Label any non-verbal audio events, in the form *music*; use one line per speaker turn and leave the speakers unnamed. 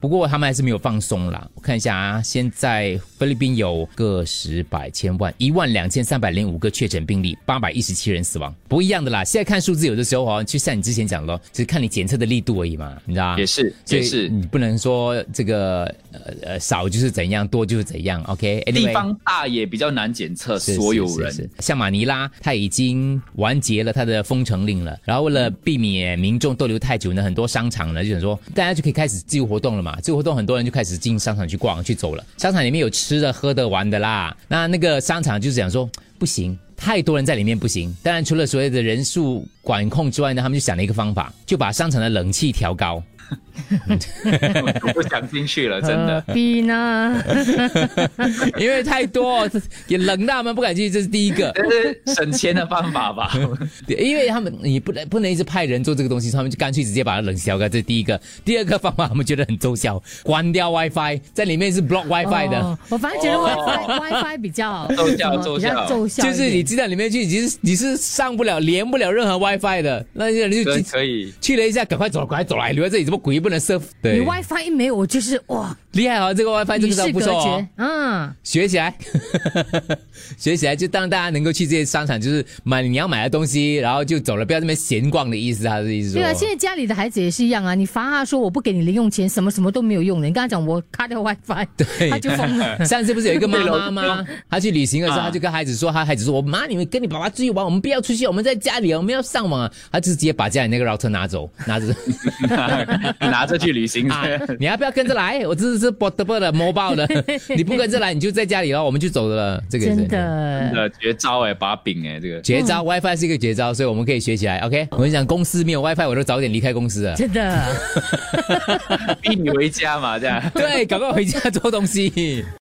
不过他们还是没有放松啦。我看一下啊，现在菲律宾有个十百千万一万两千三百零五个确诊病例，八百一十七人死亡，不一样的啦。现在看数字，有的时候哦，就像你之前讲的咯，只是看你检测的力度而已嘛，你知道吗？
也是
啊所以嗯
也是
你不能说这个呃呃少就是怎样，多就是怎样。OK，anyway
地方大也比较难检测
是
所有
是是
人
是。像马尼拉，它已经完结了它的封城令了。然后为了避免民众逗留太久呢，很多商场呢就想说，大家就可以开始自由活动了嘛。自由活动，很多人就开始进商场去逛去走了。商场里面有吃的、喝的、玩的啦。那那个商场就是想说，不行。太多人在里面不行，当然除了所谓的人数管控之外呢，他们就想了一个方法，就把商场的冷气调高， *laughs*
我不想进去了，真
*laughs* 啊
的。
*laughs* 逼呢？
因为太多也冷到他们不敢进去，这是第一个。
这是省钱的方
*laughs*
法吧？
对，因为他们你不能不能一直派人做这个东西，所以他们就干脆直接把它冷消掉。这是第一个，第二个方法他们觉得很奏效，关掉 WiFi，在里面是 block WiFi 的。
哦我反而觉得
哦
WiFi、WiFi
*laughs*
比较
奏效
什么
奏
比较
效
奏效
就
一点，
是你进到里面去，你是你是上不了、连不了任何 WiFi 的，那些人就
可以
进
可以， *laughs*
去了一下，赶快走，赶快走来，留在这里，什么鬼不能 serve？对
你，WiFi 一没有，我就是哇，
厉害哦，这个 WiFi 这
与
个倒
世
不
隔
错哦。
绝，嗯，
学起来， *laughs* 学起来，就当大家能够去这些商场，就是买你要买的东西，然后就走了，不要这边闲逛的意思啊，这意思说。
对啊，现在家里的孩子也是一样啊，你罚他说我不给你零用钱，什么什么都没有用的，你跟他讲我卡掉 WiFi，
对
他就疯了。
上次不是有一个妈妈
对了我
吗？她去旅行的时候，
啊
她就跟孩子说，她孩子说：“我妈，你们跟你爸爸出去玩，我们不要出去，我们在家里啊，我们要上网啊。”她就直接把家里那个 router 拿走， *laughs* 拿着
拿着去旅行。 *laughs*
啊，你要不要跟着来？我这是 portable 的 mobile 的，你不跟着来，你就在家里了，我们就走了。 *laughs* 这个也是
真。的，
呃，绝招哎、把柄哎、这个
绝招 WiFi 是一个绝招，所以我们可以学起来。OK，我跟你讲，公司没有 WiFi，我都早点离开公司了。
真的。
逼你回家嘛，这样。
对，赶快回家做东西。